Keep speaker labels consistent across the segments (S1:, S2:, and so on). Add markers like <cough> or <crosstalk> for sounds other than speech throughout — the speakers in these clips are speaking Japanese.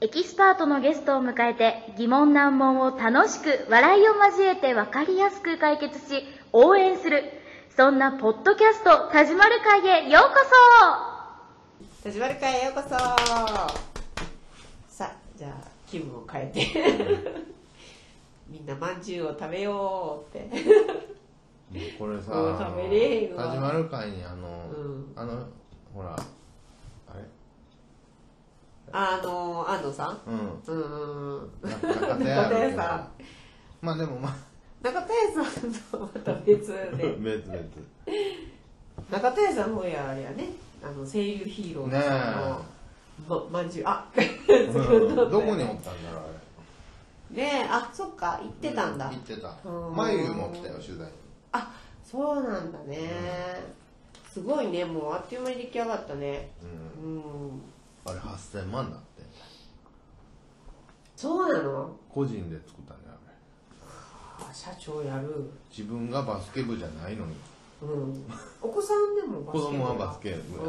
S1: エキスパートのゲストを迎えて疑問難問を楽しく笑いを交えて分かりやすく解決し応援するそんなポッドキャスト「田島る会」へようこ
S2: 田島る会へようこそさあじゃあ気分を変えてみんなまんじゅうを食べようって
S3: もうこれさ、
S2: うん
S3: あの
S2: 食べれへんわ
S3: 始まる会にあの、
S2: うん
S3: あのほらあれ
S2: あの安藤さん
S3: うん
S2: うーん
S3: なんか中田やる
S2: 中田
S3: けど
S2: 屋さ <laughs>
S3: まあでもまあ
S2: 中田屋さんとまた別で
S3: 別々
S2: 中田屋さんの方やあれやねあの声優ヒーローの
S3: ね
S2: ままんじゅうあ
S3: え、うんどこにおったんだろう
S2: ねえあそっか行っ
S3: あれ
S2: てたんだ
S3: 行ってた
S2: うん
S3: 眉毛も来たよ取材に
S2: あそうなんだねすごいねもうあっという間に出来上がったね
S3: うん
S2: うん
S3: あれ8000万だって
S2: そうなの
S3: 個人で作ったねあれ
S2: あ社長やる
S3: 自分がバスケ部じゃないのに
S2: うん <laughs> お子さんでもバ
S3: 子
S2: スケ部
S3: 供はバスケ部やね
S2: う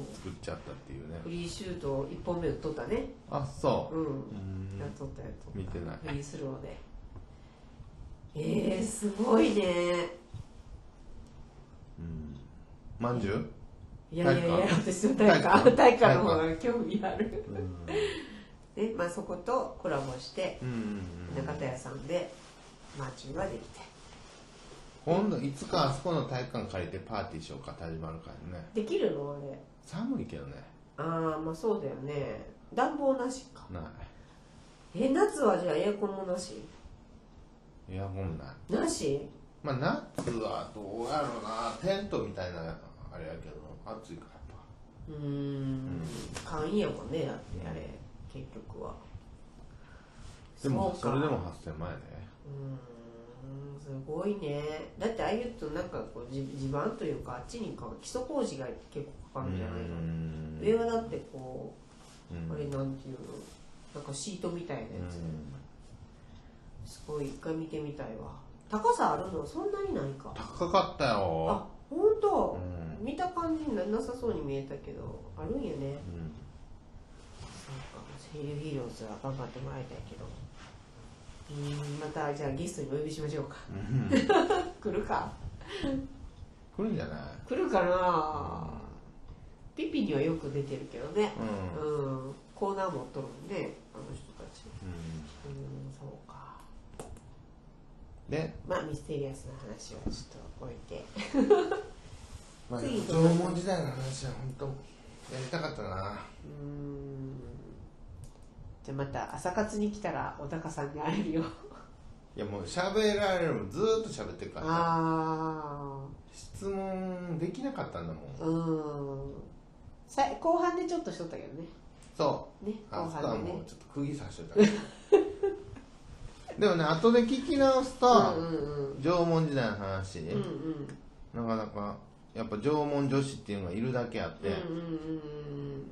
S2: ん
S3: 作っちゃったっていうね
S2: フリーシュート1本目打っとったね
S3: あそう
S2: う、ん
S3: うん
S2: やっとったやっとった
S3: 見てない
S2: フリースローでえー、すごいね
S3: うんまんじゅう
S2: いやいやいや
S3: 体育
S2: 私の体育
S3: 体育
S2: 体育の方が興味ある
S3: うん
S2: <laughs> ねまあそことコラボして
S3: うんうんうん
S2: 中田屋さんでマーチングができて
S3: 今度いつかあそこの体育館借りてパーティーしようか始まるからね
S2: できるのあれ
S3: 寒いけどね
S2: ああまあそうだよね暖房なしか
S3: ない
S2: え夏はじゃあエアコンもなし
S3: エアコンない
S2: なし
S3: まあ夏はどうやろうなテントみたいなあれやけど暑いからやっ
S2: うーん簡易やもんねだってあれ結局は
S3: ぱでも
S2: う
S3: そ
S2: か
S3: れでも8000万やね
S2: うーんすごいねだってああいうとなんかこう地地盤というかあっちにか基礎工事が結構かかるんじゃないの
S3: ん
S2: 上はだってこ
S3: う
S2: うあれ
S3: ん
S2: なんていうのなんかシートみたいなやつすごい一回見てみたいわ高さあるのそんなにないか
S3: 高かったよ
S2: あ本当
S3: う
S2: 見た感じななさそうに見えたけどあるんやね
S3: うん
S2: そうか、セールヒーローズは頑張ってもらいたいけど。うーん、またじゃあゲストにお呼びしましょうか。
S3: うん
S2: <laughs> 来るか。
S3: 来るんじゃない
S2: 来るかな、ピピにはよく出てるけどね。
S3: うん
S2: うん、コーナー持っとるんで、あの人たち。
S3: うん
S2: うーん、そうか。
S3: で
S2: まあ、ミステリアスな話はちょっと置いて。
S3: まあ
S2: 次
S3: 縄文時代の話は本当やりたかったな
S2: うーん。じゃあまた朝活に来たら小高さんに会えるよ。
S3: いやもう喋られるもずーっと喋ってるからさ
S2: あ
S3: 質問できなかったんだもん
S2: あ。うーん。さい後半でちょっとしとったけどね。
S3: そう
S2: ね、
S3: あ
S2: 後
S3: そこは
S2: 半でね
S3: もう。ちょっと釘刺してたからでもね後で聞き直すと、
S2: うんうん
S3: 縄文時代の話、
S2: うんうんうん
S3: なかなかやっぱ縄文女子っていうのがいるだけあって、
S2: う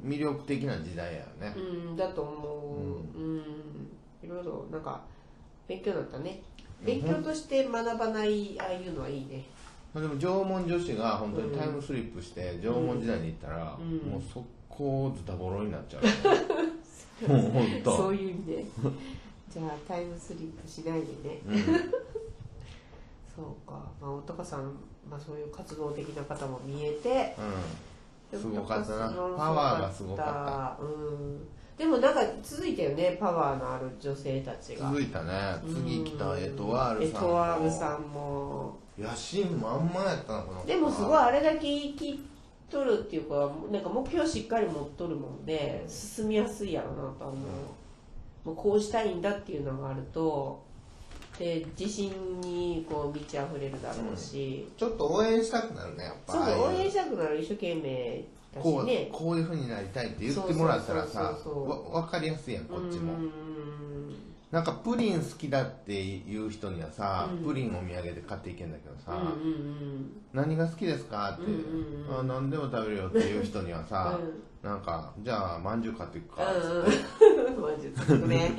S2: ん
S3: 魅力的な時代やよね
S2: う、んうんだと思ううんいろいろなんか勉強になったね勉強として学ばないああいうのはいいね
S3: まあでも縄文女子が本当にタイムスリップして縄文時代に行ったら、
S2: うん
S3: もう速攻ズタボロになっちゃ
S2: <laughs>
S3: う、ね、もう本当
S2: そういう意味で <laughs> じゃあタイムスリップしないでね
S3: うん
S2: そうか、まあ、男さん、まあ、そういう活動的な方も見えて
S3: うん、すごかったな
S2: で
S3: パ
S2: も
S3: ワーがすごかった
S2: ったうんでもなんか続いたよねパワーのある女性たちが
S3: 続いたね次来たエトワールさん
S2: エトワールさんも
S3: 野心満々やったなこの子
S2: でもすごいあれだけ生きとるっていうかなんか目標しっかり持っとるもんで進みやすいやろなとは思う、もうこうしたいんだっていうのがあるとで自信にこう満ち溢れるだろうし、
S3: ちょっと応援したくなるねやっぱ
S2: そう
S3: ああいう
S2: 応援したくなる一生懸命だし
S3: こう
S2: ね
S3: こういうふうになりたいって言ってもらったらさ
S2: そうそうそうそう
S3: わ分かりやすいやんこっちも、
S2: うん
S3: なんかプリン好きだっていう人にはさ、
S2: うん
S3: プリンお土産で買っていけんだけどさ、
S2: うんうん
S3: 何が好きですかって、
S2: うんうんうん
S3: あ何でも食べるよっていう人にはさ、
S2: うん
S3: なんかじゃあまんじゅう買っていくか
S2: うんうんうんマジでね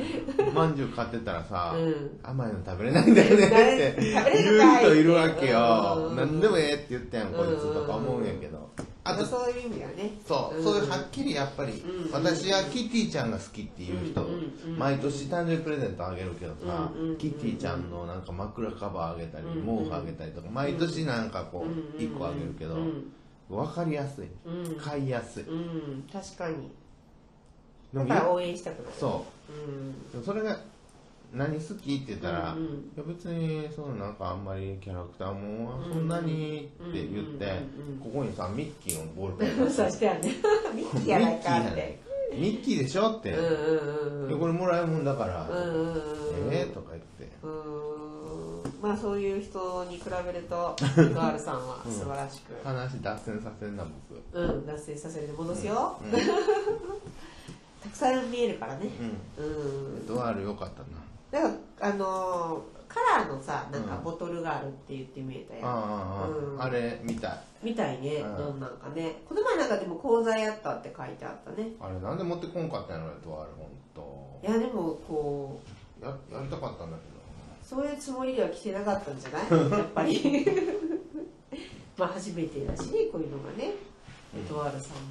S3: まんじゅう買ってたらさ、
S2: うん
S3: 甘いの食べれないんだよねって
S2: 食べれ
S3: 言
S2: る
S3: う
S2: かい
S3: 人いるわけよ、
S2: うん
S3: 何でもええって言ってやんこいつとか
S2: うん
S3: 思うんやけど、あと
S2: そういう意味だね
S3: そう、
S2: ん
S3: そういうはっきりやっぱり、
S2: うん
S3: 私はキティちゃんが好きっていう人、
S2: うんうんうん
S3: 毎年誕生日プレゼントあげるけどさ、
S2: うんうんうん
S3: キティちゃんのなんか枕カバーあげたり、
S2: うんうん
S3: 毛布あげたりとか毎年なんかこ
S2: うんうんう
S3: うん一個あげるけど、
S2: う
S3: わ
S2: ん
S3: かりやすい、
S2: うん
S3: 買いやすい、
S2: うん確かに
S3: で
S2: だ
S3: も
S2: から
S3: よ
S2: 応援したくなる、
S3: そう
S2: ん、
S3: うでもそれが何好きって言ったら、
S2: うんうん
S3: いや別にそのなんかあんまりキャラクターもそんなにって言っ
S2: う
S3: て、
S2: んうんうんうん
S3: ここにさミッキーのボールペン
S2: そしてや <laughs> ねミッキーやないかって
S3: ミッキーでしょって、
S2: うんうんうん
S3: いやこれもらえるもんだから、
S2: うんうんうん
S3: えー、とか言って
S2: うーんまあそういう人に比べる
S3: <laughs>
S2: とガールさんは素晴らしく、
S3: 話脱線させんな僕
S2: うん脱線させて戻すよ、
S3: うん、
S2: たくさん見えるからね
S3: う
S2: うん
S3: ん、ドアール良かったな
S2: なんかあのーカラーのさなんか
S3: うん
S2: ボトルがあるって言って見えたよ、
S3: ああ、
S2: うん
S3: あれ見たい
S2: みたいね、
S3: うん
S2: どんなんかねこの前なんかでも講座やったって書いてあったね
S3: あれなんで持ってこんかったんやろドアールほん
S2: いやでもこう
S3: とややりたかったんだ
S2: そういうつもりでは来てなかったんじゃ
S3: <laughs>
S2: ないやっぱり <laughs> まあ初めてだしねこういうのがねエトワールさんも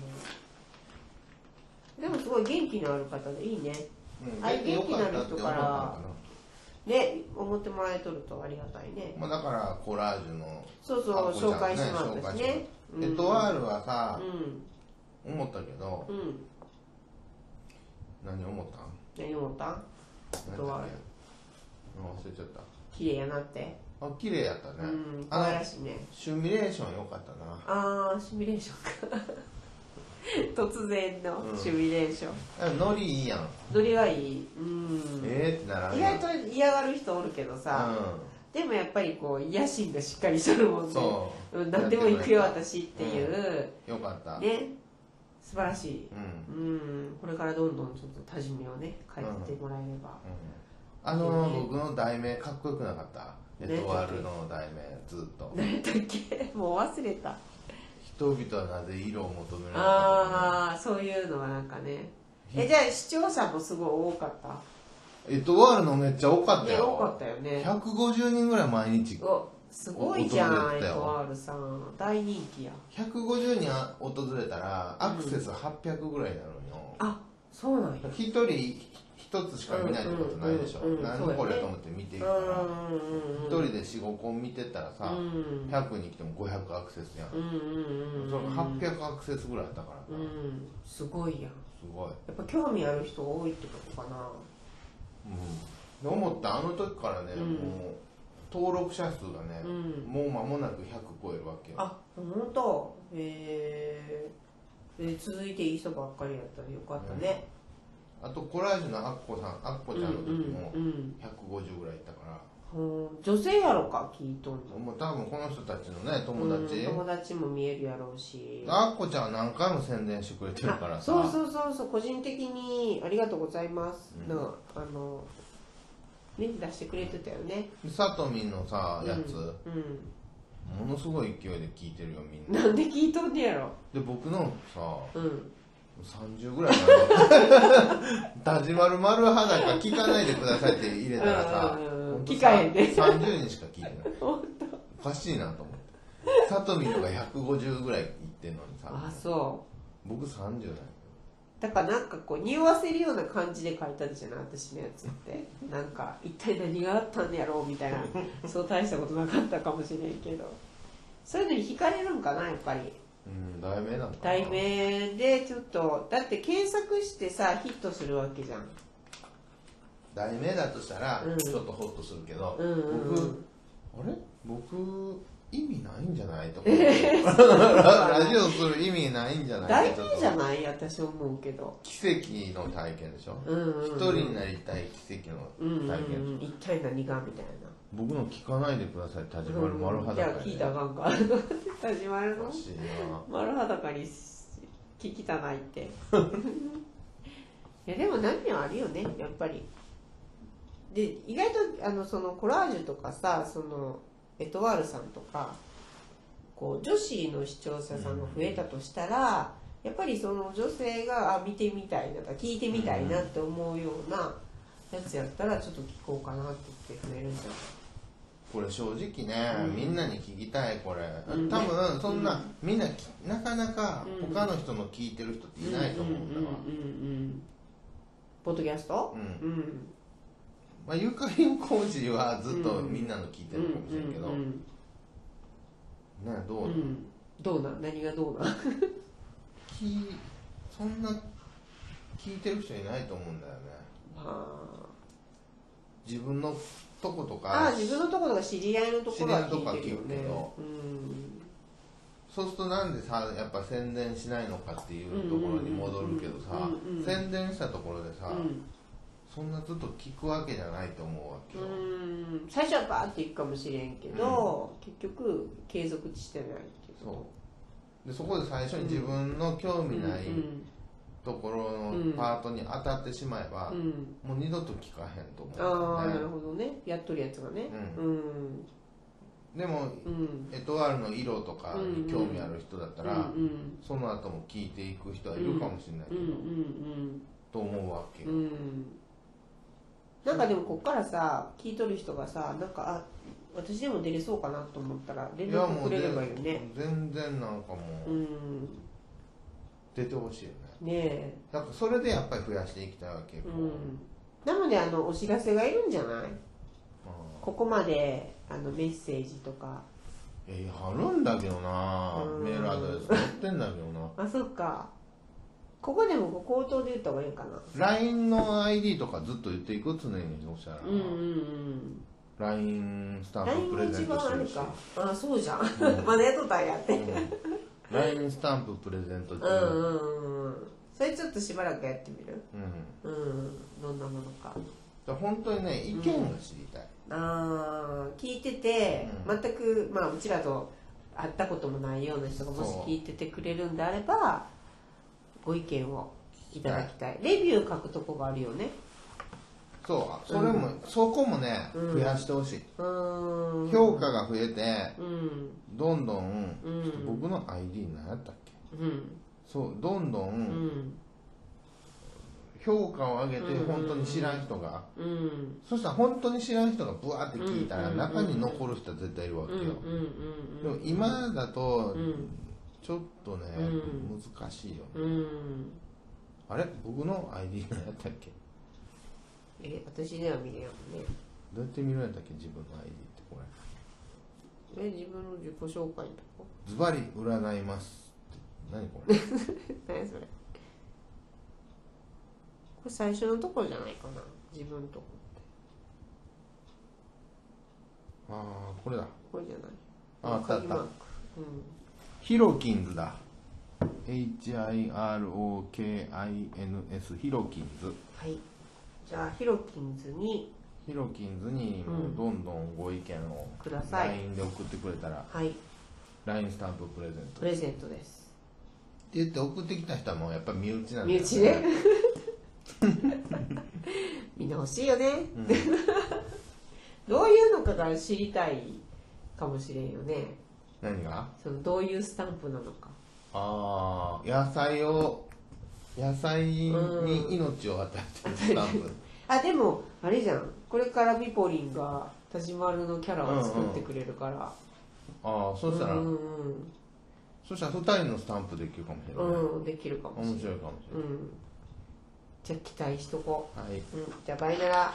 S2: でもすごい元気のある方でいいね
S3: けど、うん、
S2: あれ
S3: 良
S2: 元
S3: かったって
S2: 気に
S3: 思っ
S2: なる人か
S3: た
S2: ら
S3: んか
S2: ね思ってもらえとるとありがたいね
S3: な、まあ、だからコラージュの
S2: そうそう
S3: あこれじゃん
S2: 紹介してもらったしねうん
S3: 紹介してエトワールは
S2: う
S3: さ、
S2: ん
S3: 思ったけど
S2: うん
S3: 何思った
S2: 何思った
S3: ん
S2: エトワール
S3: 何だっけうん忘れちゃった
S2: 綺麗やなって
S3: あ綺麗やったね、
S2: うん可愛
S3: あ
S2: ら
S3: の
S2: しいね
S3: シミュレーション良かったな
S2: あーシミュレーションか <laughs> 突然の
S3: うん
S2: シミュレーション、
S3: あノリいいやん、
S2: どれがいいうん
S3: えーってならん
S2: 意
S3: やん
S2: 外と嫌がる人おるけどさ、でもやっぱりこう野心がしっかりしとるもん
S3: うん、
S2: ね
S3: そ
S2: うん、何でも行くよ私っていう、
S3: うよかった、
S2: ね素晴らしい
S3: うん
S2: うんこれからどんどんちょっと多治見をね変えてってもらえれば、
S3: うんあの
S2: いいよね
S3: 僕の題名かっこよくなかったエ
S2: ね
S3: トワールの題名ずっと
S2: 何だっけ <laughs> もう忘れた
S3: 人々はなぜ色を求めるのか
S2: ああそういうのはなんかねえじゃあ視聴者もすごい多かった
S3: エトワールのめっちゃ多かった
S2: ね
S3: よ
S2: 多かったよね
S3: 150人ぐらい毎日
S2: おすごいじゃ
S3: お
S2: ん
S3: 訪れ
S2: エ
S3: たよ
S2: トワールさん大人気や
S3: 150人訪れたらアクセス800ぐらいになるのよ
S2: あそうなんや
S3: 一人一つしか見ないってことないでしょ
S2: うんうんうん
S3: 何
S2: そうやね
S3: これと思って見ていくから一人で45本見てたらさ
S2: うん
S3: 100人来ても500アクセスやん
S2: うんうんうん
S3: その800アクセスぐらいあったから
S2: う
S3: さ
S2: んすごいやん
S3: すごい
S2: やっぱ興味ある人多いってことかな
S3: うん、で思ったあの時からね、
S2: うん
S3: もう登録者数がね、
S2: うん
S3: もう間もなく100超えるわけよ
S2: あ本当へえー、続いていい人ばっかりやったらよかったね、
S3: あとコラージュのアッコさんアッコ
S2: うん、
S3: ちゃんの時も
S2: うん
S3: 150ぐらいいたから、
S2: うんうん女性やろか聞いとんの
S3: もう多分この人たちのね友
S2: う
S3: 達、
S2: ん友達も見えるやろうし
S3: アッコちゃんは何回も宣伝してくれてるから
S2: あ
S3: さ
S2: そうそうそうそう個人的にありがとうございます、
S3: うん
S2: なあのね出してくれてたよね
S3: さとみんのさやつ、
S2: う
S3: ものすごい勢いで聞いてるよみ
S2: ん、
S3: んな
S2: なんで聞いとんねやろ
S3: で僕のさ
S2: うん
S3: 30ぐらい
S2: <laughs>
S3: まで「田島る丸裸聞かないでください」って入れたらさ
S2: うんうんうん
S3: ほと
S2: 聞かへんね
S3: さ30人しか
S2: <laughs>
S3: 聞いてないおかしいなと思ってさとみんのが150ぐらいいってんのに
S2: あ
S3: さ
S2: そ
S3: 僕30だよ
S2: うだからなんかこう匂わせるような感じで書いたんじゃない私のやつってなんか一体何があったんやろうみたいなそう大したことなかったかもしれんけどそういうのに惹かれるんかなやっぱり
S3: うん題名なのかな
S2: 題名でちょっとだって検索してさヒットするわけじゃん
S3: 題名だとしたら
S2: うん
S3: ちょっとホッとするけど、
S2: うんうんうん
S3: 僕あれ僕意味ないんじゃないとか思って、ラジオする意味ないんじゃない
S2: 題名じゃ
S3: い
S2: ない私思うけど
S3: 奇跡の体験でしょ、
S2: うんうん
S3: 一人になりたい奇跡
S2: うんうん
S3: の
S2: う
S3: 体験、
S2: ん一体何がみたいな
S3: 僕の聞かないでください田島の丸裸
S2: じゃ
S3: や
S2: あ
S3: ね
S2: 聞いたらあかん <laughs> か始まるの
S3: おかしいな
S2: 丸裸にし聞きたないって
S3: <laughs>
S2: いやでも何はあるよねやっぱりで意外とあのそのコラージュとかさそのエトワールさんとかこう女子の視聴者さんが増えたとしたら、やっぱりその女性があ見てみたいなとか聞いてみたいなって思うようなやつやったらちょっと聞こうかなって言って増えるんじゃない
S3: これ正直ね、
S2: うん
S3: みんなに聞きたいこれ、
S2: うん
S3: 多分そんな、
S2: う
S3: みんなきなかなか
S2: うん
S3: 他の人の聞いてる人っていないと思うんだわ、
S2: うんうんうんうんポッドキャスト
S3: うん
S2: うん
S3: まあ、ゆかりん工事はずっとみんなの聞いてるかもしれんけど、
S2: うん
S3: ねどう、
S2: うんうんうんどうなん何がどうなん
S3: きそんな聞いてる人いないと思うんだよね
S2: ま
S3: 自分のとこと
S2: ああ
S3: か
S2: ー自分のところとか知り合いのところは聞いてるよ
S3: 知り合いのとこは聞くけ
S2: ね
S3: ど
S2: うん
S3: そうするとなんでさやっぱ宣伝しないのかっていうところに戻るけどさ、
S2: うんうんうん
S3: 宣伝したところでさ、
S2: うん
S3: そんなずっと聞くわけじゃないと思うわけ
S2: う
S3: よ、
S2: ん最初はバーっていくかもしれんけど、結局継続してないっていうこ
S3: そうでそこで最初に自分の興
S2: と
S3: 味ない
S2: うん
S3: ところ
S2: うん
S3: のパートに当たってしまえば、
S2: うん
S3: もう二度と聞かへんと思
S2: あ
S3: う
S2: あ
S3: んだ
S2: な
S3: よ
S2: る
S3: ね
S2: ほどねやっとるやつがね
S3: う
S2: うん
S3: でも
S2: うん
S3: エトワールの色とかに興味ある人だったら、
S2: うんうん
S3: その後も聞いていく人はいるかもしれないけ
S2: うん
S3: ど、
S2: うん
S3: と思うわけ
S2: うんう
S3: よ、
S2: んなんかでもこっからさ聞いとる人がさなんかあ私でも出れそうかなと思ったら連
S3: いや
S2: 絡
S3: も
S2: く
S3: う
S2: れ
S3: で
S2: ればいいよね
S3: 全然なんかも
S2: う
S3: うん出てほしいよね
S2: ねえ
S3: だからそれでやっぱり増やしていきたいわけよ、
S2: うんなのであのお知らせがいるんじゃない
S3: あ
S2: ここまであのメッセージとか
S3: ーいや貼るんだけどな
S2: うん
S3: メールアドレス載ってんだけどな
S2: あそっかここでもご口頭で言った方がいいんかな
S3: LINE の ID とかずっと言っていく常にどうしたら、
S2: うんうんうん
S3: ライ LINE スタンプ
S2: LINE
S3: プ
S2: が
S3: レゼ
S2: 一
S3: ント
S2: 番あ
S3: して
S2: る
S3: るし
S2: かあそうじゃん
S3: うん
S2: まだやっとったんやって
S3: うん LINE スタンププレゼント
S2: うん
S3: 中
S2: うんうんそれちょっとしばらくやってみる
S3: うん
S2: うんどんなものか
S3: だから本当にね意見が知りたい、
S2: あー聞いてて、
S3: うん
S2: 全く、まあ、うちらと会ったこともないような人がもし
S3: そう
S2: 聞いててくれるんであればご意見をいただきたいレビュー書くとこがあるよね
S3: そうそれも、そこもね
S2: うん
S3: 増やしてほしい、
S2: うーん
S3: 評価が増えて
S2: うん
S3: どんどん、
S2: うん
S3: ちょっと僕の ID 何やったっけ
S2: うん
S3: そうどんど
S2: うんん
S3: 評価を上げて
S2: うん
S3: 本当に知らん人が、
S2: うん
S3: そしたら本当に知らん人がブワーって聞いたら
S2: うん
S3: 中に残る人は絶対いるわけ
S2: う
S3: よ、
S2: ん
S3: でも今だと
S2: うん
S3: ちょっとね、
S2: うん
S3: 難しいよ
S2: うん
S3: あれ僕の ID 何やったっけ
S2: え私では見れやもんね
S3: どうやって見るんやったっけ自分の ID ってこれ
S2: え自分の自己紹介のとこ
S3: ズバリ占いますって何こ
S2: <laughs>
S3: れ
S2: 何それこれ最初のところじゃないかな自分のとこって
S3: ああこれだ
S2: これじゃない
S3: ああったあっ
S2: 鍵マー
S3: た
S2: クうん
S3: ヒロキンズだ HIROKINS ヒロキンズ
S2: はいじゃあヒロキンズに
S3: ヒロキンズに
S2: うん
S3: もうどんどんご意見を
S2: ください
S3: LINE で送ってくれたら
S2: はい
S3: LINE スタンププレゼント
S2: プレゼントです
S3: って言って送ってきた人はもうやっぱ身内なんだ
S2: 身
S3: よ
S2: 内 <laughs> ねみんな欲しいよね
S3: うん
S2: どういうのかが知りたいかもしれんよね
S3: 何が
S2: そのどういうスタンプなのか
S3: ああ野菜を野菜に命を与えてるスタン <laughs> プ
S2: あでもあれじゃんこれからミポリンが田島るのキャラを作ってくれるから、
S3: ああそしたら、
S2: うんうん
S3: そしたら2人のスタンプできるかもしれ
S2: う
S3: ない、
S2: ん、うん、できるかもし
S3: 面
S2: れない
S3: 白いかもし
S2: う
S3: れ
S2: んじゃあ期待しとこ、
S3: ない、はいう
S2: うん、じゃあバイなら